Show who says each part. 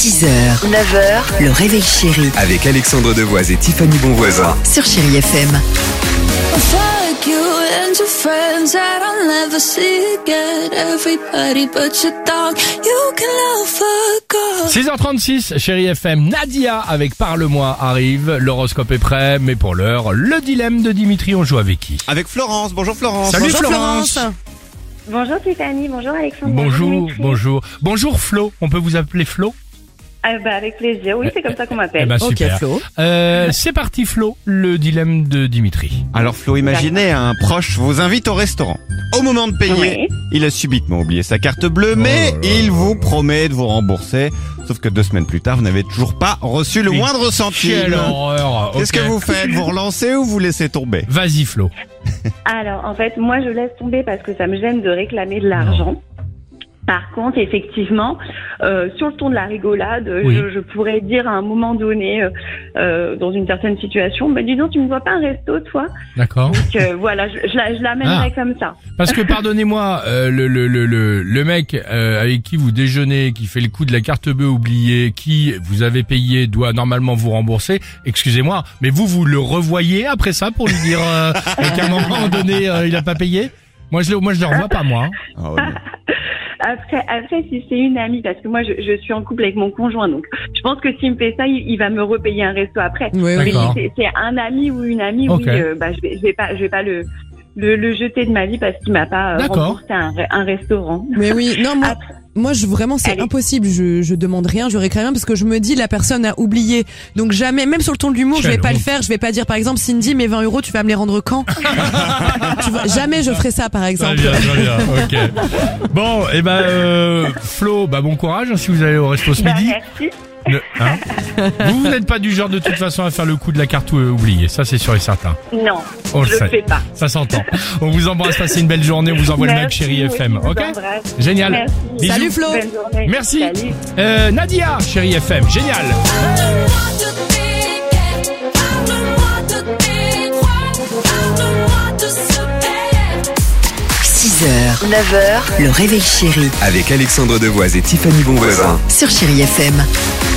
Speaker 1: 6h, 9h, le réveil chéri
Speaker 2: Avec Alexandre Devoise et Tiffany Bonvoisin.
Speaker 1: sur Chérie FM.
Speaker 3: Fuck you and your friends that I'll never see again. Everybody but your dog, you can love a girl.
Speaker 4: 6h36, chérie FM, Nadia avec Parle-moi arrive, l'horoscope est prêt, mais pour l'heure, le dilemme de Dimitri, on joue avec qui
Speaker 5: Avec Florence. Bonjour Florence.
Speaker 4: Salut Florence.
Speaker 6: Bonjour Tiffany, bonjour Alexandre.
Speaker 4: Bonjour,
Speaker 6: Dimitri.
Speaker 4: bonjour. Bonjour Flo, on peut vous appeler Flo
Speaker 6: Ah bah, avec plaisir, oui, c'est comme ça qu'on
Speaker 4: Eh
Speaker 6: m'appelle.
Speaker 4: ben super. Euh, c'est parti Flo, le dilemme de Dimitri.
Speaker 5: Alors Flo, imaginez un proche vous invite au restaurant. Au moment de payer, il a subitement oublié sa carte bleue, mais il vous promet de vous rembourser. Sauf que deux semaines plus tard, vous n'avez toujours pas reçu le
Speaker 4: Et
Speaker 5: moindre centime.
Speaker 4: Quelle horreur
Speaker 5: Qu'est-ce
Speaker 4: ok.
Speaker 5: que vous faites Vous relancez ou vous laissez tomber
Speaker 4: Vas-y Flo. eh ben.
Speaker 6: Alors en fait, moi je laisse tomber parce que ça me gêne de réclamer de l'argent. Par contre, effectivement, euh, sur le ton de la rigolade,
Speaker 4: Oui.
Speaker 6: je, je pourrais dire à un moment donné, euh, euh, dans une certaine situation, bah dis donc, tu me vois pas un resto, toi
Speaker 4: D'accord.
Speaker 6: Donc euh, voilà, je, je, la- je
Speaker 4: Ah.
Speaker 6: l'amènerais comme ça.
Speaker 4: Parce que pardonnez-moi, euh, le, le, le, le, le mec euh, avec qui vous déjeunez, qui fait le coup de la carte bleue oubliée, qui vous avez payé, doit normalement vous rembourser. Excusez-moi, mais vous, vous le revoyez après ça pour lui dire euh, qu'à un moment donné, euh, il a pas payé moi je, le, moi je le revois pas moi. hein.
Speaker 5: Ah ouais, non.
Speaker 6: Après, après, si c'est une amie, parce que moi je, je suis en couple avec mon conjoint, donc je pense que s'il me fait ça, il, il va me repayer un resto après. Mais
Speaker 4: D'accord.
Speaker 6: c'est- c'est un ami ou une amie,
Speaker 4: Ok.
Speaker 6: oui, euh, bah, je vais, je vais pas, je vais pas le, le, le jeter de ma vie parce qu'il m'a pas euh,
Speaker 4: D'accord.
Speaker 6: remboursé un, re- un restaurant.
Speaker 7: Mais oui, non, moi,
Speaker 6: Après-
Speaker 7: moi je, vraiment, c'est
Speaker 6: Allez.
Speaker 7: impossible. Je, je demande rien, je réclame rien parce que je me dis la personne a oublié. Donc jamais, même sur le ton de l'humour, je vais
Speaker 4: Quelle
Speaker 7: pas le
Speaker 4: honte.
Speaker 7: faire. Je vais pas dire par exemple Cindy, mes 20 euros, tu vas me les rendre quand Tu vois, Jamais je ferai ça par
Speaker 4: Très
Speaker 7: exemple.
Speaker 4: bien, très bien. Ok. Bon, et ben euh, Flo, bah bon courage hein, si vous allez au resto ce
Speaker 6: Bah,
Speaker 4: midi.
Speaker 6: merci.
Speaker 4: Ne- hein. vous vous n'êtes pas du genre de toute façon à faire le coup de la carte euh, oubliée, ça c'est sûr et certain.
Speaker 6: Non,
Speaker 4: On le
Speaker 6: je
Speaker 4: sait. Ah,
Speaker 6: le fais pas.
Speaker 4: Ça s'entend. On vous embrasse, passez une belle journée, on vous envoie le mec
Speaker 6: Merci,
Speaker 4: chérie
Speaker 6: oui,
Speaker 4: FM,
Speaker 6: je vous
Speaker 4: ok
Speaker 6: embrasse.
Speaker 4: Génial.
Speaker 6: Merci.
Speaker 4: Bisous.
Speaker 7: Salut Flo.
Speaker 6: Bonne journée.
Speaker 4: Merci.
Speaker 6: Salut.
Speaker 4: Euh, Nadia, chérie FM, génial.
Speaker 8: Parle-moi de tes quêtes. Parle-moi de tes droits. Parle-moi de ce pays.
Speaker 1: 6h, 9h, le réveil chéri
Speaker 2: Avec Alexandre Devoise et Tiffany Bonvoisin.
Speaker 1: sur Chérie FM.